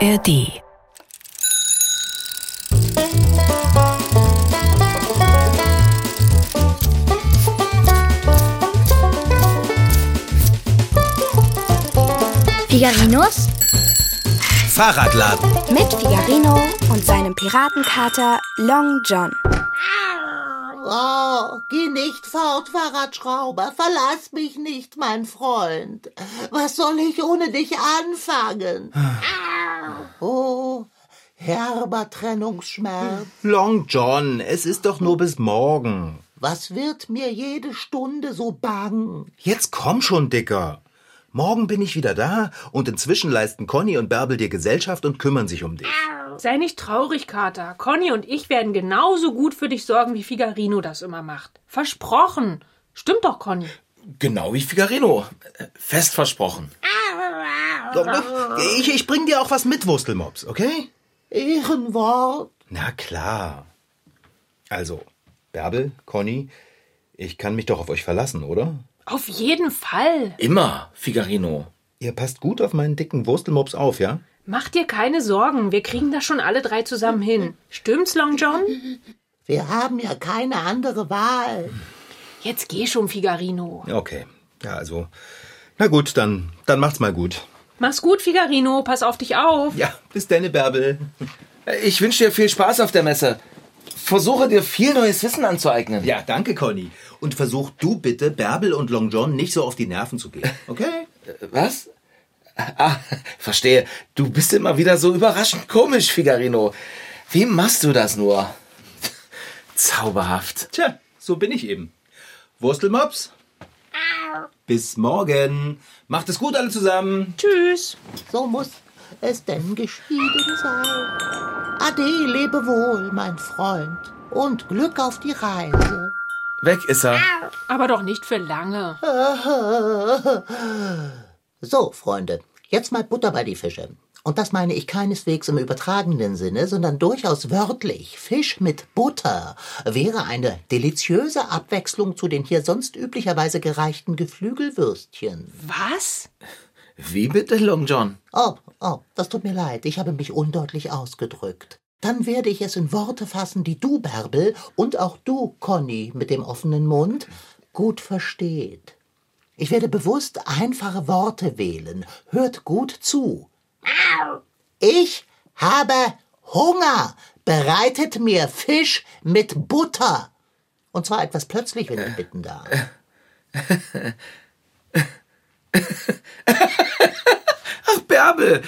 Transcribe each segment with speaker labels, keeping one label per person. Speaker 1: ARD.
Speaker 2: Figarinos
Speaker 3: Fahrradladen.
Speaker 2: mit Figarino und seinem Piratenkater Long John.
Speaker 4: Oh, geh nicht fort, Fahrradschrauber. Verlass mich nicht, mein Freund. Was soll ich ohne dich anfangen? Oh, herber Trennungsschmerz.
Speaker 3: Long John, es ist doch nur bis morgen.
Speaker 4: Was wird mir jede Stunde so bang?
Speaker 3: Jetzt komm schon, Dicker. Morgen bin ich wieder da und inzwischen leisten Conny und Bärbel dir Gesellschaft und kümmern sich um dich.
Speaker 5: Sei nicht traurig, Kater. Conny und ich werden genauso gut für dich sorgen, wie Figarino das immer macht. Versprochen. Stimmt doch, Conny.
Speaker 6: Genau wie Figarino. Fest versprochen.
Speaker 3: ne? Ich, ich bring dir auch was mit, Wurstelmops, okay?
Speaker 4: Ehrenwort.
Speaker 3: Na klar. Also, Bärbel, Conny, ich kann mich doch auf euch verlassen, oder?
Speaker 5: Auf jeden Fall.
Speaker 6: Immer Figarino.
Speaker 3: Ihr passt gut auf meinen dicken Wurstelmops auf, ja?
Speaker 5: Mach dir keine Sorgen. Wir kriegen das schon alle drei zusammen hin. Stimmt's, Long John?
Speaker 4: Wir haben ja keine andere Wahl.
Speaker 5: Jetzt geh schon, Figarino.
Speaker 3: Okay. Ja, also. Na gut, dann, dann macht's mal gut.
Speaker 5: Mach's gut, Figarino. Pass auf dich auf.
Speaker 3: Ja, bis dann, Bärbel.
Speaker 6: Ich wünsche dir viel Spaß auf der Messe. Versuche dir viel neues Wissen anzueignen.
Speaker 3: Ja, danke, Conny. Und versuch du bitte, Bärbel und Long John nicht so auf die Nerven zu gehen, okay?
Speaker 6: Was? Ah, verstehe. Du bist immer wieder so überraschend komisch, Figarino. Wie machst du das nur? Zauberhaft.
Speaker 3: Tja, so bin ich eben. Wurstelmops? Bis morgen. Macht es gut, alle zusammen.
Speaker 5: Tschüss.
Speaker 4: So muss es denn geschieden sein. Ade, lebe wohl, mein Freund. Und Glück auf die Reise.
Speaker 6: Weg ist er.
Speaker 5: Aber doch nicht für lange.
Speaker 4: So, Freunde, jetzt mal Butter bei die Fische. Und das meine ich keineswegs im übertragenen Sinne, sondern durchaus wörtlich. Fisch mit Butter wäre eine deliziöse Abwechslung zu den hier sonst üblicherweise gereichten Geflügelwürstchen.
Speaker 5: Was?
Speaker 6: Wie bitte, Long John?
Speaker 4: Oh, oh, das tut mir leid, ich habe mich undeutlich ausgedrückt. Dann werde ich es in Worte fassen, die du, Bärbel, und auch du, Conny, mit dem offenen Mund, gut versteht. Ich werde bewusst einfache Worte wählen. Hört gut zu. Ich habe Hunger. Bereitet mir Fisch mit Butter. Und zwar etwas plötzlich, wenn ich bitten darf.
Speaker 6: Ach, Bärbel.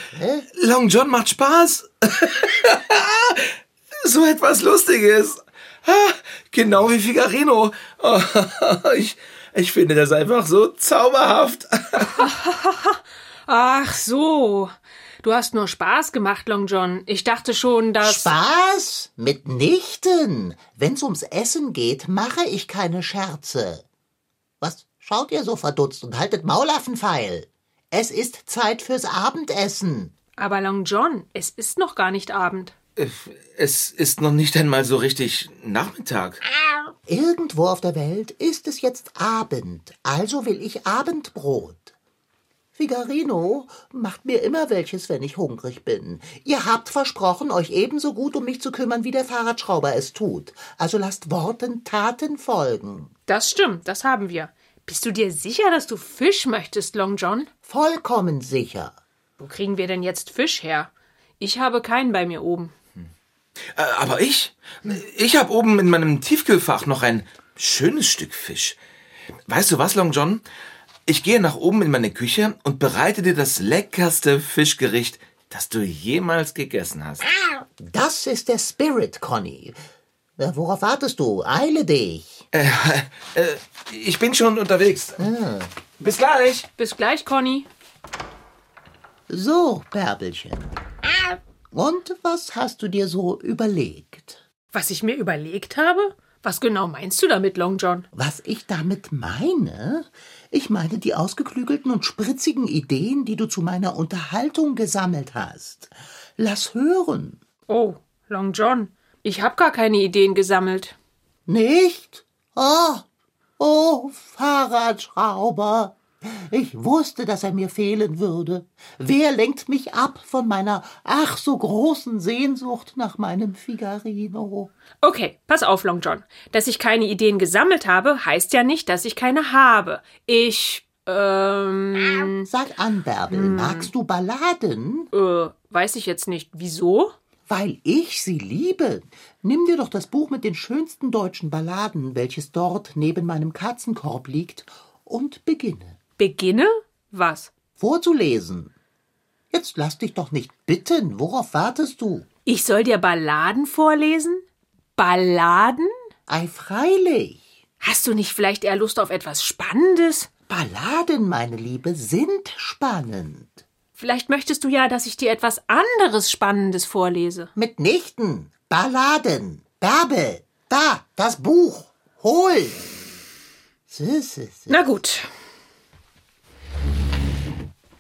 Speaker 6: Long John macht Spaß. so etwas Lustiges. Ah, Genau wie Figarino. Oh, ich, ich finde das einfach so zauberhaft.
Speaker 5: Ach so. Du hast nur Spaß gemacht, Long John. Ich dachte schon, dass.
Speaker 4: Spaß? Mitnichten. Wenn's ums Essen geht, mache ich keine Scherze. Was schaut ihr so verdutzt und haltet Maul Affenfeil? Es ist Zeit fürs Abendessen.
Speaker 5: Aber Long John, es ist noch gar nicht Abend.
Speaker 6: Es ist noch nicht einmal so richtig Nachmittag.
Speaker 4: Irgendwo auf der Welt ist es jetzt Abend, also will ich Abendbrot. Figarino macht mir immer welches, wenn ich hungrig bin. Ihr habt versprochen, euch ebenso gut um mich zu kümmern, wie der Fahrradschrauber es tut. Also lasst Worten Taten folgen.
Speaker 5: Das stimmt, das haben wir. Bist du dir sicher, dass du Fisch möchtest, Long John?
Speaker 4: Vollkommen sicher.
Speaker 5: Wo kriegen wir denn jetzt Fisch her? Ich habe keinen bei mir oben.
Speaker 6: Äh, Aber ich? Ich habe oben in meinem Tiefkühlfach noch ein schönes Stück Fisch. Weißt du was, Long John? Ich gehe nach oben in meine Küche und bereite dir das leckerste Fischgericht, das du jemals gegessen hast.
Speaker 4: Das ist der Spirit, Conny. Na, worauf wartest du? Eile dich.
Speaker 6: Ich bin schon unterwegs. Bis gleich.
Speaker 5: Bis gleich, Conny.
Speaker 4: So, Bärbelchen. Und was hast du dir so überlegt?
Speaker 5: Was ich mir überlegt habe? Was genau meinst du damit, Long John?
Speaker 4: Was ich damit meine? Ich meine die ausgeklügelten und spritzigen Ideen, die du zu meiner Unterhaltung gesammelt hast. Lass hören.
Speaker 5: Oh, Long John. Ich habe gar keine Ideen gesammelt.
Speaker 4: Nicht? Oh, oh, Ah, Fahrradschrauber. Ich wusste, dass er mir fehlen würde. Wer lenkt mich ab von meiner ach so großen Sehnsucht nach meinem Figarino?
Speaker 5: Okay, pass auf, Long John. Dass ich keine Ideen gesammelt habe, heißt ja nicht, dass ich keine habe. Ich, ähm,
Speaker 4: Sag an, Bärbel, magst du Balladen?
Speaker 5: äh, weiß ich jetzt nicht. Wieso?
Speaker 4: Weil ich sie liebe. Nimm dir doch das Buch mit den schönsten deutschen Balladen, welches dort neben meinem Katzenkorb liegt, und beginne
Speaker 5: Beginne? Was?
Speaker 4: vorzulesen. Jetzt lass dich doch nicht bitten. Worauf wartest du?
Speaker 5: Ich soll dir Balladen vorlesen? Balladen?
Speaker 4: Ei, freilich.
Speaker 5: Hast du nicht vielleicht eher Lust auf etwas Spannendes?
Speaker 4: Balladen, meine Liebe, sind spannend.
Speaker 5: Vielleicht möchtest du ja, dass ich dir etwas anderes Spannendes vorlese.
Speaker 4: Mitnichten. Balladen. Bärbel. Da, das Buch. Hol. Süßes.
Speaker 5: Na gut.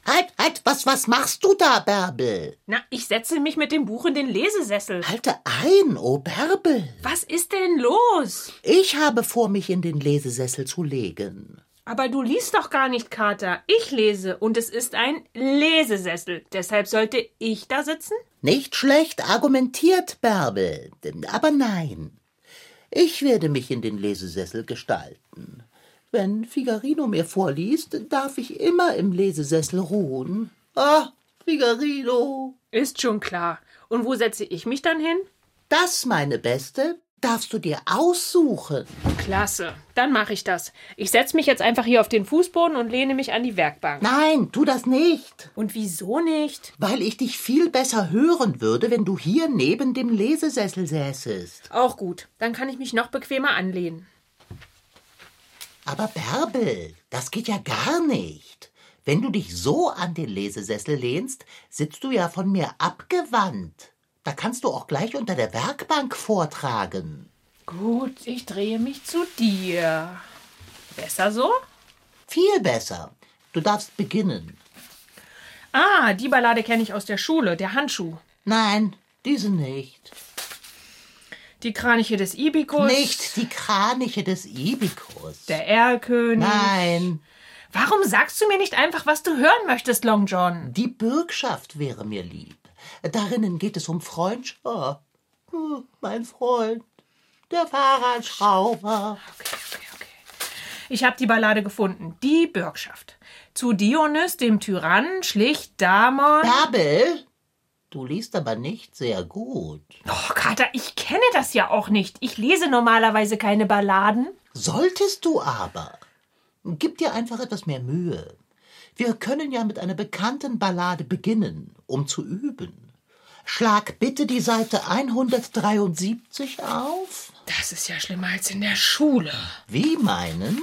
Speaker 4: Halt, halt, was, was machst du da, Bärbel?
Speaker 5: Na, ich setze mich mit dem Buch in den Lesesessel.
Speaker 4: Halte ein, o oh Bärbel.
Speaker 5: Was ist denn los?
Speaker 4: Ich habe vor, mich in den Lesesessel zu legen.
Speaker 5: Aber du liest doch gar nicht, Kater. Ich lese und es ist ein Lesesessel. Deshalb sollte ich da sitzen?
Speaker 4: Nicht schlecht argumentiert, Bärbel, aber nein. Ich werde mich in den Lesesessel gestalten. Wenn Figarino mir vorliest, darf ich immer im Lesesessel ruhen. Ah, Figarino.
Speaker 5: Ist schon klar. Und wo setze ich mich dann hin?
Speaker 4: Das, meine Beste, darfst du dir aussuchen.
Speaker 5: Klasse. Dann mache ich das. Ich setze mich jetzt einfach hier auf den Fußboden und lehne mich an die Werkbank.
Speaker 4: Nein, tu das nicht,
Speaker 5: Und wieso nicht?
Speaker 4: weil ich dich viel besser hören würde, wenn du hier neben dem Lesesessel säßest.
Speaker 5: Auch gut. Dann kann ich mich noch bequemer anlehnen.
Speaker 4: Aber Bärbel, das geht ja gar nicht. Wenn du dich so an den Lesesessel lehnst, sitzt du ja von mir abgewandt. Da kannst du auch gleich unter der Werkbank vortragen.
Speaker 5: Gut, ich drehe mich zu dir. Besser so?
Speaker 4: Viel besser. Du darfst beginnen.
Speaker 5: Ah, die Ballade kenne ich aus der Schule, der Handschuh.
Speaker 4: Nein, diese nicht.
Speaker 5: Die Kraniche des Ibikus.
Speaker 4: Nicht die Kraniche des Ibikus.
Speaker 5: Der Erlkönig.
Speaker 4: Nein,
Speaker 5: Warum sagst du mir nicht einfach, was du hören möchtest, Long John?
Speaker 4: die Bürgschaft wäre mir lieb. Darinnen geht es um Freundschaft. Hm, Mein Freund, der Fahrradschrauber.
Speaker 5: Okay, okay, okay. Ich habe die Ballade gefunden. Die Bürgschaft. Zu Dionys, dem Tyrannen, schlich Damon.
Speaker 4: Bärbel, du liest aber nicht sehr gut.
Speaker 5: Oh, Kater, ich kenne das ja auch nicht. Ich lese normalerweise keine Balladen.
Speaker 4: Solltest du aber. Gib dir einfach etwas mehr Mühe. Wir können ja mit einer bekannten Ballade beginnen, um zu üben. Schlag bitte die Seite 173 auf.
Speaker 5: Das ist ja schlimmer als in der Schule.
Speaker 4: Wie meinen?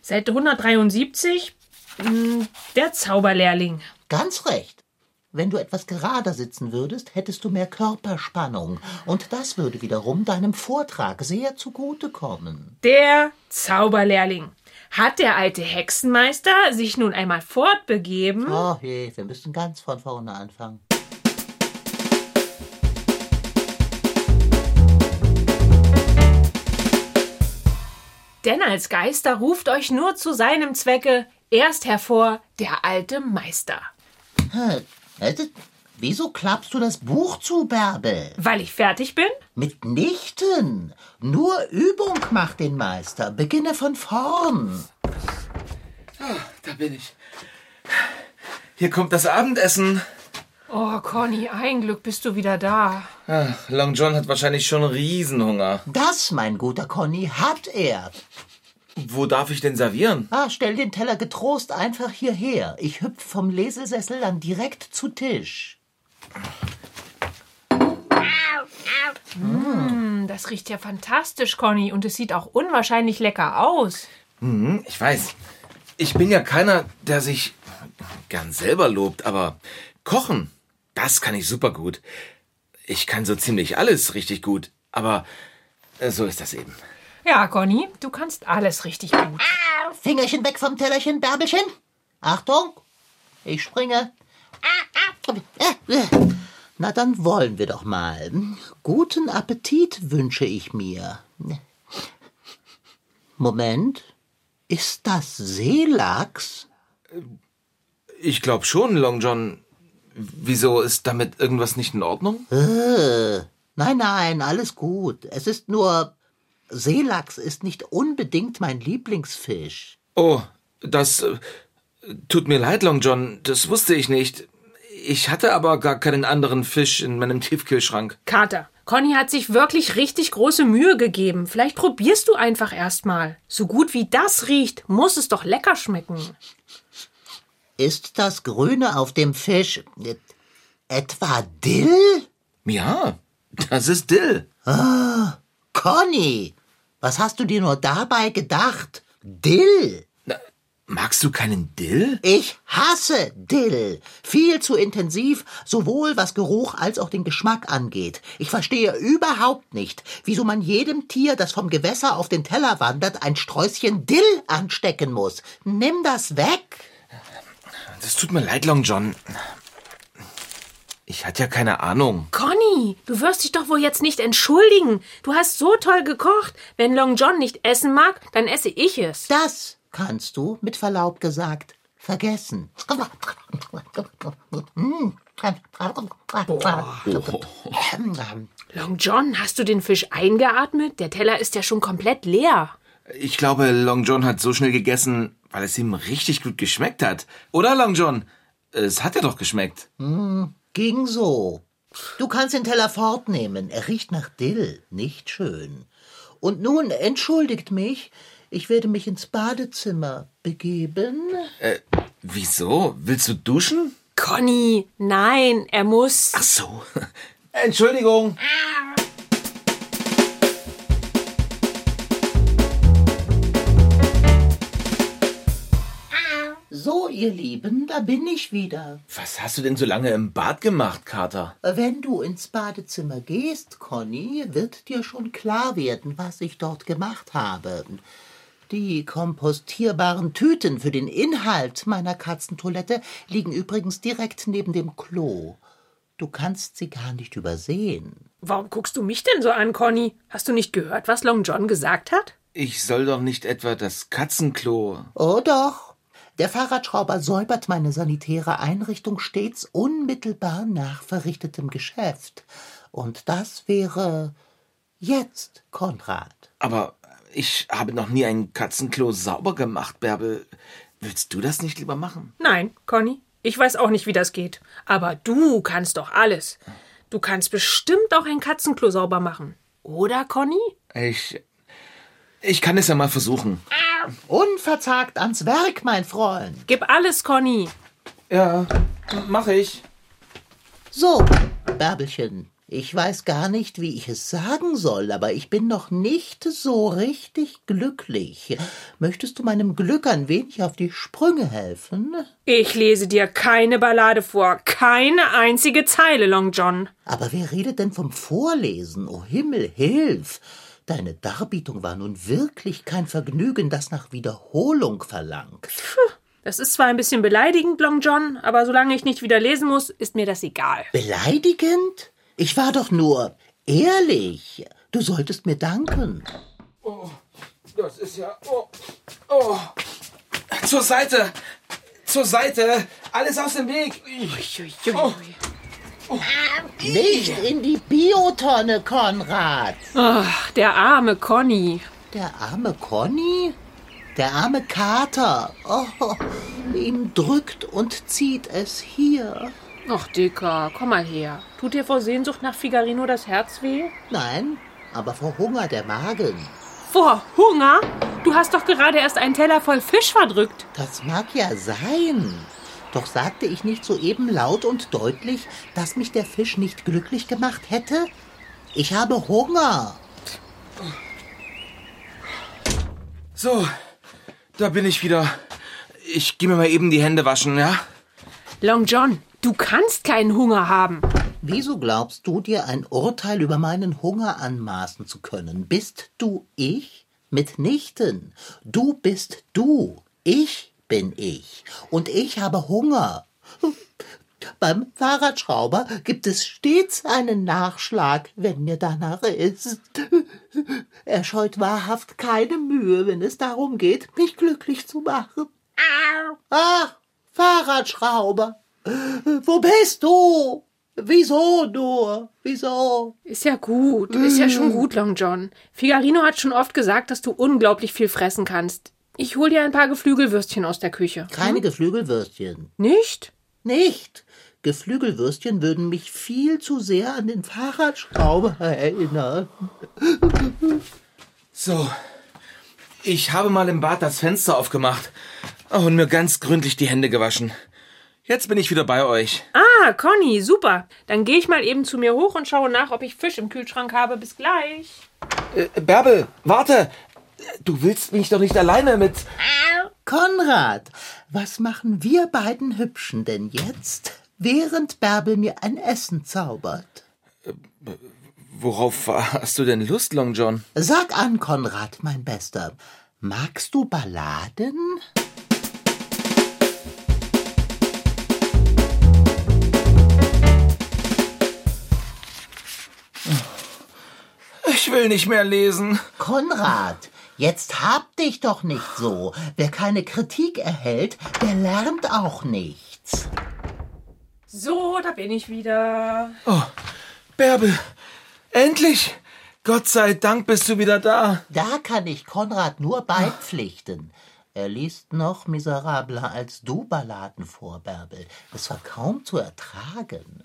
Speaker 5: Seite 173. mm, Der Zauberlehrling.
Speaker 4: Ganz recht. Wenn du etwas gerader sitzen würdest, hättest du mehr Körperspannung. Und das würde wiederum deinem Vortrag sehr zugutekommen.
Speaker 5: Der Zauberlehrling. Hat der alte Hexenmeister sich nun einmal fortbegeben?
Speaker 4: Oh je, wir müssen ganz von vorne anfangen.
Speaker 5: Denn als Geister ruft euch nur zu seinem Zwecke erst hervor der alte Meister.
Speaker 4: Hä? Also, Wieso klappst du das Buch zu, Bärbel?
Speaker 5: Weil ich fertig bin?
Speaker 4: Mitnichten. Nur Übung macht den Meister. Beginne von vorn.
Speaker 6: Da bin ich. Hier kommt das Abendessen.
Speaker 5: Oh, Conny, ein Glück bist du wieder da.
Speaker 6: Ach, Long John hat wahrscheinlich schon Riesenhunger.
Speaker 4: Das, mein guter Conny, hat er.
Speaker 6: Wo darf ich denn servieren?
Speaker 4: Ah, stell den Teller getrost einfach hierher. Ich hüpf vom Lesesessel dann direkt zu Tisch.
Speaker 5: Hm, Das riecht ja fantastisch, Conny, und es sieht auch unwahrscheinlich lecker aus.
Speaker 6: Hm, ich weiß. Ich bin ja keiner, der sich gern selber lobt, aber kochen, das kann ich super gut. Ich kann so ziemlich alles richtig gut, aber äh, so ist das eben.
Speaker 5: Ja, Conny, du kannst alles richtig gut.
Speaker 4: Fingerchen weg vom Tellerchen, Bärbelchen. Achtung, ich springe. Ah, Äh, Na, dann wollen wir doch mal. Guten Appetit wünsche ich mir. Moment, ist das Seelachs?
Speaker 6: Ich glaube schon, Long John. Wieso ist damit irgendwas nicht in Ordnung?
Speaker 4: Äh, nein, nein, alles gut. Es ist nur. Seelachs ist nicht unbedingt mein Lieblingsfisch.
Speaker 6: Oh, das äh, tut mir leid, Long John. Das wusste ich nicht. Ich hatte aber gar keinen anderen Fisch in meinem Tiefkühlschrank.
Speaker 5: Kater, Conny hat sich wirklich richtig große Mühe gegeben. Vielleicht probierst du einfach erstmal. So gut wie das riecht, muss es doch lecker schmecken.
Speaker 4: Ist das Grüne auf dem Fisch äh, etwa Dill?
Speaker 6: Ja, das ist Dill.
Speaker 4: Conny, was hast du dir nur dabei gedacht? Dill?
Speaker 6: Na, Magst du keinen Dill?
Speaker 4: Ich hasse Dill. Viel zu intensiv, sowohl was Geruch als auch den Geschmack angeht. Ich verstehe überhaupt nicht, wieso man jedem Tier, das vom Gewässer auf den Teller wandert, ein Sträußchen Dill anstecken muss. Nimm das weg.
Speaker 6: Das tut mir leid, Long John. Ich hatte ja keine Ahnung.
Speaker 5: Conny, du wirst dich doch wohl jetzt nicht entschuldigen. Du hast so toll gekocht. Wenn Long John nicht essen mag, dann esse ich es.
Speaker 4: Das kannst du, mit Verlaub gesagt, vergessen.
Speaker 5: Long John, hast du den Fisch eingeatmet? Der Teller ist ja schon komplett leer.
Speaker 6: Ich glaube, Long John hat so schnell gegessen, weil es ihm richtig gut geschmeckt hat. Oder, Long John? Es hat ja doch geschmeckt.
Speaker 4: Ging so. Du kannst den Teller fortnehmen. Er riecht nach Dill. Nicht schön. Und nun entschuldigt mich. Ich werde mich ins Badezimmer begeben.
Speaker 6: Wieso? Willst du duschen?
Speaker 5: Conny, nein, er muss.
Speaker 6: Ach so. Entschuldigung.
Speaker 4: So, ihr Lieben, da bin ich wieder.
Speaker 6: Was hast du denn so lange im Bad gemacht, Kater?
Speaker 4: Wenn du ins Badezimmer gehst, Conny, wird dir schon klar werden, was ich dort gemacht habe. Die kompostierbaren Tüten für den Inhalt meiner Katzentoilette liegen übrigens direkt neben dem Klo. Du kannst sie gar nicht übersehen.
Speaker 5: Warum guckst du mich denn so an, Conny? Hast du nicht gehört, was Long John gesagt hat?
Speaker 6: Ich soll doch nicht etwa das Katzenklo.
Speaker 4: Oh doch. Der Fahrradschrauber säubert meine sanitäre Einrichtung stets unmittelbar nach verrichtetem Geschäft. Und das wäre jetzt, Konrad.
Speaker 6: Aber ich habe noch nie ein Katzenklo sauber gemacht, Bärbel. Willst du das nicht lieber machen?
Speaker 5: Nein, Conny, ich weiß auch nicht, wie das geht. Aber du kannst doch alles. Du kannst bestimmt auch ein Katzenklo sauber machen. Oder, Conny?
Speaker 6: Ich. Ich kann es ja mal versuchen.
Speaker 4: Unverzagt ans Werk, mein Freund.
Speaker 5: Gib alles, Conny.
Speaker 6: Ja, mache ich.
Speaker 4: So, Bärbelchen, ich weiß gar nicht, wie ich es sagen soll, aber ich bin noch nicht so richtig glücklich. Möchtest du meinem Glück ein wenig auf die Sprünge helfen?
Speaker 5: Ich lese dir keine Ballade vor. Keine einzige Zeile, Long John.
Speaker 4: Aber wer redet denn vom Vorlesen? O Himmel, hilf! Deine Darbietung war nun wirklich kein Vergnügen, das nach Wiederholung verlangt.
Speaker 5: Das ist zwar ein bisschen beleidigend, Long John, aber solange ich nicht wieder lesen muss, ist mir das egal.
Speaker 4: Beleidigend? Ich war doch nur ehrlich. Du solltest mir danken.
Speaker 6: Das ist ja. Oh, oh. Zur Seite! Zur Seite! Alles aus dem Weg!
Speaker 5: Oh.
Speaker 4: Nicht in die Biotonne, Konrad.
Speaker 5: Ach, der arme Conny.
Speaker 4: Der arme Conny? Der arme Kater. Oh, ihm drückt und zieht es hier.
Speaker 5: Ach, Dicker, komm mal her. Tut dir vor Sehnsucht nach Figarino das Herz weh?
Speaker 4: Nein, aber vor Hunger der Magen.
Speaker 5: Vor Hunger? Du hast doch gerade erst einen Teller voll Fisch verdrückt.
Speaker 4: Das mag ja sein. Doch sagte ich nicht soeben laut und deutlich, dass mich der Fisch nicht glücklich gemacht hätte? Ich habe Hunger.
Speaker 6: So, da bin ich wieder. Ich gehe mir mal eben die Hände waschen, ja?
Speaker 5: Long John, du kannst keinen Hunger haben.
Speaker 4: Wieso glaubst du dir ein Urteil über meinen Hunger anmaßen zu können? Bist du ich? Mitnichten. Du bist du. Ich bin ich. Und ich habe Hunger. Beim Fahrradschrauber gibt es stets einen Nachschlag, wenn mir danach ist. Er scheut wahrhaft keine Mühe, wenn es darum geht, mich glücklich zu machen. Ach, Ah, Fahrradschrauber, wo bist du? Wieso nur? Wieso?
Speaker 5: Ist ja gut, ist ja schon gut, Long John. Figarino hat schon oft gesagt, dass du unglaublich viel fressen kannst. Ich hol dir ein paar Geflügelwürstchen aus der Küche.
Speaker 4: Keine Geflügelwürstchen.
Speaker 5: Nicht?
Speaker 4: Hm? Nicht. Geflügelwürstchen würden mich viel zu sehr an den Fahrradschrauber erinnern.
Speaker 6: So, ich habe mal im Bad das Fenster aufgemacht und mir ganz gründlich die Hände gewaschen. Jetzt bin ich wieder bei euch.
Speaker 5: Ah, Conny, super. Dann gehe ich mal eben zu mir hoch und schaue nach, ob ich Fisch im Kühlschrank habe. Bis gleich.
Speaker 6: Bärbel, warte! Du willst mich doch nicht alleine mit.
Speaker 4: Konrad, was machen wir beiden Hübschen denn jetzt, während Bärbel mir ein Essen zaubert?
Speaker 6: Worauf hast du denn Lust, Long John?
Speaker 4: Sag an, Konrad, mein Bester, magst du Balladen?
Speaker 6: Ich will nicht mehr lesen.
Speaker 4: Konrad, jetzt hab dich doch nicht so. Wer keine Kritik erhält, der lernt auch nichts.
Speaker 5: So, da bin ich wieder.
Speaker 6: Bärbel, endlich! Gott sei Dank bist du wieder da.
Speaker 4: Da kann ich Konrad nur beipflichten. Er liest noch miserabler als du Balladen vor, Bärbel. Es war kaum zu ertragen.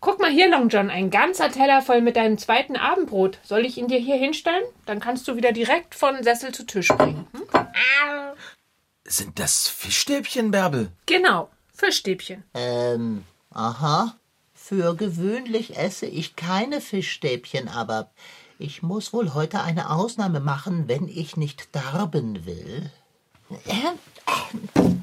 Speaker 5: Guck mal hier, Long John, ein ganzer Teller voll mit deinem zweiten Abendbrot. Soll ich ihn dir hier hinstellen? Dann kannst du wieder direkt von Sessel zu Tisch springen. Hm?
Speaker 6: Sind das Fischstäbchen, Bärbel?
Speaker 5: Genau, Fischstäbchen.
Speaker 4: Ähm, aha. Für gewöhnlich esse ich keine Fischstäbchen, aber ich muss wohl heute eine Ausnahme machen, wenn ich nicht darben will. Ähm,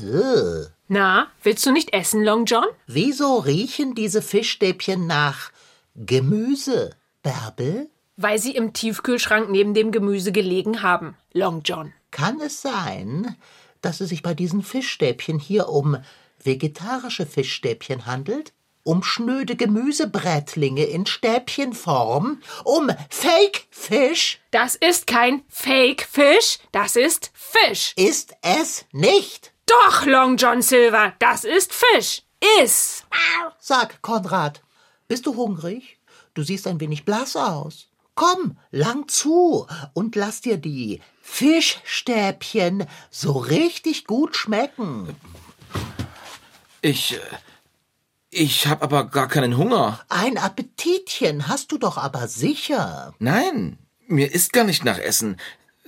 Speaker 4: Äh,
Speaker 5: Na, willst du nicht essen, Long John?
Speaker 4: wieso riechen diese Fischstäbchen nach Gemüse, Bärbel?
Speaker 5: Weil sie im Tiefkühlschrank neben dem Gemüse gelegen haben, Long John.
Speaker 4: Kann es sein, dass es sich bei diesen Fischstäbchen hier um vegetarische Fischstäbchen handelt? Um schnöde Gemüsebrätlinge in Stäbchenform? Um Fake-Fisch?
Speaker 5: Das ist kein Fake-Fisch, das ist Fisch.
Speaker 4: Ist es nicht?
Speaker 5: Doch, Long John Silver, das ist Fisch. Iss!
Speaker 4: Sag, Konrad, bist du hungrig? Du siehst ein wenig blass aus. Komm, lang zu und lass dir die Fischstäbchen so richtig gut schmecken.
Speaker 6: Ich. äh, Ich hab aber gar keinen Hunger.
Speaker 4: Ein Appetitchen hast du doch aber sicher.
Speaker 6: Nein, mir ist gar nicht nach Essen.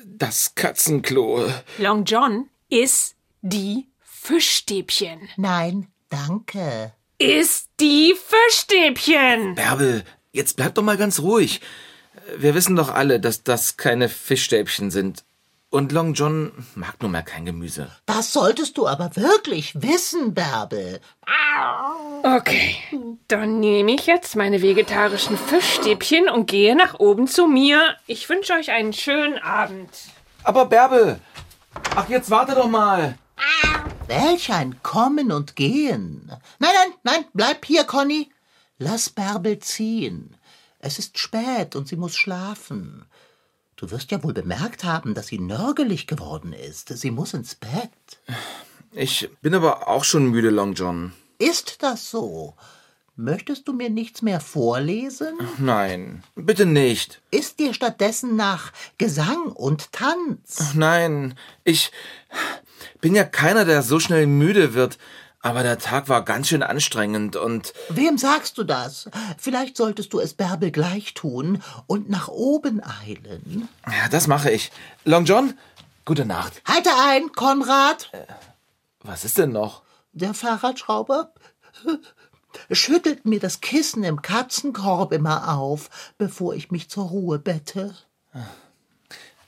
Speaker 6: Das Katzenklo. äh,
Speaker 5: Long John iss die Fischstäbchen.
Speaker 4: Nein, danke.
Speaker 5: Iss die Fischstäbchen!
Speaker 6: Bärbel, jetzt bleib doch mal ganz ruhig. Wir wissen doch alle, dass das keine Fischstäbchen sind. Und Long John mag nun mal kein Gemüse.
Speaker 4: Das solltest du aber wirklich wissen, Bärbel.
Speaker 5: Okay, dann nehme ich jetzt meine vegetarischen Fischstäbchen und gehe nach oben zu mir. Ich wünsche euch einen schönen Abend.
Speaker 6: Aber Bärbel, ach jetzt warte doch mal.
Speaker 4: Welch ein Kommen und Gehen. Nein, nein, nein, bleib hier, Conny. Lass Bärbel ziehen. Es ist spät und sie muss schlafen. Du wirst ja wohl bemerkt haben, dass sie nörgelig geworden ist. Sie muss ins Bett.
Speaker 6: Ich bin aber auch schon müde, Long John.
Speaker 4: Ist das so? Möchtest du mir nichts mehr vorlesen?
Speaker 6: Nein, bitte nicht.
Speaker 4: Ist dir stattdessen nach Gesang und Tanz?
Speaker 6: Nein, ich bin ja keiner, der so schnell müde wird. Aber der Tag war ganz schön anstrengend und
Speaker 4: Wem sagst du das? Vielleicht solltest du es Bärbel gleich tun und nach oben eilen.
Speaker 6: ja, das mache ich. Long John, gute Nacht.
Speaker 4: Halte ein, Konrad!
Speaker 6: Was ist denn noch?
Speaker 4: Der Fahrradschrauber schüttelt mir das Kissen im Katzenkorb immer auf, bevor ich mich zur Ruhe bette.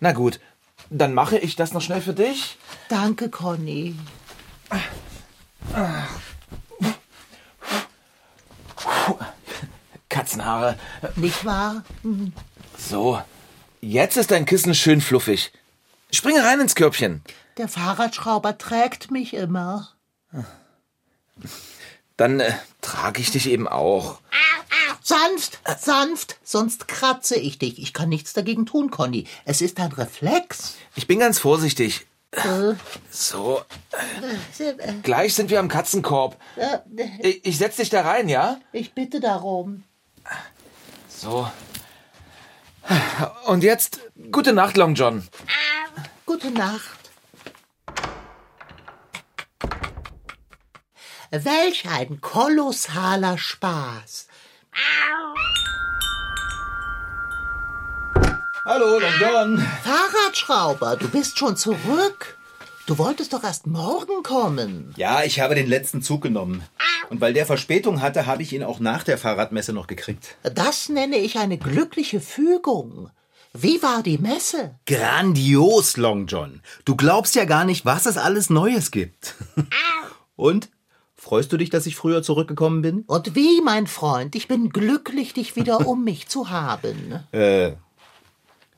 Speaker 6: Na gut, dann mache ich das noch schnell für dich.
Speaker 4: Danke, Conny.
Speaker 6: Katzenhaare.
Speaker 4: Nicht wahr?
Speaker 6: So, jetzt ist dein Kissen schön fluffig. Springe rein ins Körbchen.
Speaker 4: Der Fahrradschrauber trägt mich immer.
Speaker 6: Dann äh, trage ich dich eben auch.
Speaker 4: Sanft, sanft, sonst kratze ich dich. Ich kann nichts dagegen tun, Conny. Es ist ein Reflex.
Speaker 6: Ich bin ganz vorsichtig. So,
Speaker 4: äh,
Speaker 6: gleich sind wir am Katzenkorb. Ich, ich setz dich da rein, ja?
Speaker 4: Ich bitte darum.
Speaker 6: So. Und jetzt gute Nacht, Long John.
Speaker 4: Gute Nacht. Welch ein kolossaler Spaß.
Speaker 3: Hallo, Long John.
Speaker 4: Fahrradschrauber, du bist schon zurück. Du wolltest doch erst morgen kommen.
Speaker 3: Ja, ich habe den letzten Zug genommen. Und weil der Verspätung hatte, habe ich ihn auch nach der Fahrradmesse noch gekriegt.
Speaker 4: Das nenne ich eine glückliche Fügung. Wie war die Messe?
Speaker 3: Grandios, Long John. Du glaubst ja gar nicht, was es alles Neues gibt. Und? Freust du dich, dass ich früher zurückgekommen bin?
Speaker 4: Und wie, mein Freund, ich bin glücklich, dich wieder um mich zu haben.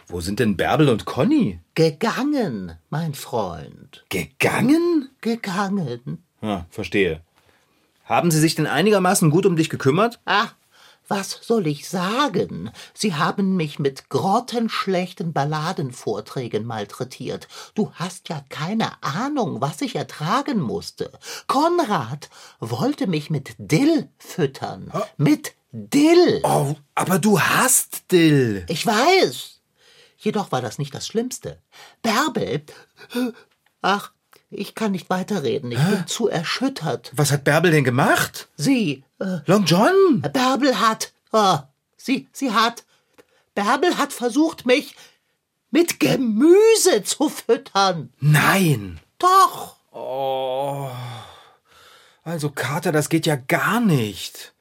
Speaker 3: Wo sind denn Bärbel und Conny?
Speaker 4: Gegangen, mein Freund.
Speaker 3: Gegangen?
Speaker 4: Gegangen.
Speaker 3: Ja, verstehe. Haben sie sich denn einigermaßen gut um dich gekümmert?
Speaker 4: Ah, was soll ich sagen? Sie haben mich mit grottenschlechten Balladenvorträgen malträtiert. Du hast ja keine Ahnung, was ich ertragen musste. Konrad wollte mich mit Dill füttern. Mit Dill.
Speaker 3: Oh, aber du hast Dill.
Speaker 4: Ich weiß. Jedoch war das nicht das Schlimmste. Bärbel. äh, Ach, ich kann nicht weiterreden. Ich bin zu erschüttert.
Speaker 3: Was hat Bärbel denn gemacht?
Speaker 4: Sie. Äh,
Speaker 3: Long John?
Speaker 4: Bärbel hat. Oh, sie, sie hat. Bärbel hat versucht, mich mit Gemüse zu füttern.
Speaker 3: Nein.
Speaker 4: Doch.
Speaker 3: Also, Kater, das geht ja gar nicht.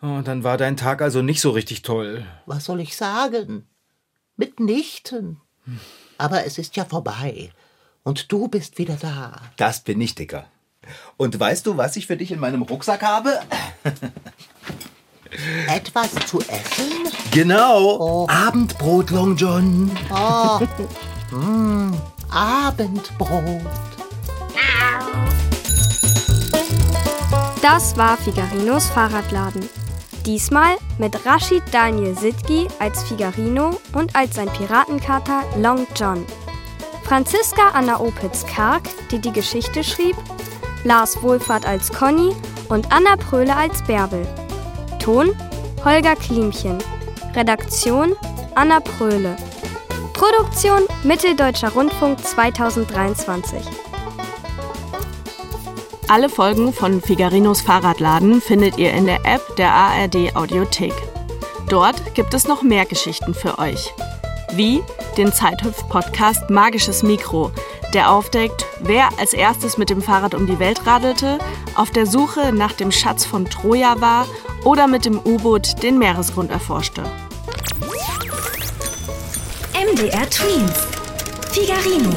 Speaker 3: Und dann war dein Tag also nicht so richtig toll.
Speaker 4: Was soll ich sagen? Mitnichten. Aber es ist ja vorbei. Und du bist wieder da.
Speaker 3: Das bin ich, Dicker. Und weißt du, was ich für dich in meinem Rucksack habe?
Speaker 4: Etwas zu essen?
Speaker 3: Genau. Abendbrot, Long John.
Speaker 4: Abendbrot.
Speaker 2: Das war Figarinos Fahrradladen. Diesmal mit Rashid Daniel Sidgi als Figarino und als sein Piratenkater Long John. Franziska Anna Opitz-Karg, die die Geschichte schrieb, Lars Wohlfahrt als Conny und Anna Pröhle als Bärbel. Ton Holger Klimchen. Redaktion Anna Pröhle. Produktion Mitteldeutscher Rundfunk 2023.
Speaker 1: Alle Folgen von Figarinos Fahrradladen findet ihr in der App der ARD Audiothek. Dort gibt es noch mehr Geschichten für euch. Wie den Zeithüpf-Podcast Magisches Mikro, der aufdeckt, wer als erstes mit dem Fahrrad um die Welt radelte, auf der Suche nach dem Schatz von Troja war oder mit dem U-Boot den Meeresgrund erforschte.
Speaker 7: MDR Twins. Figarino.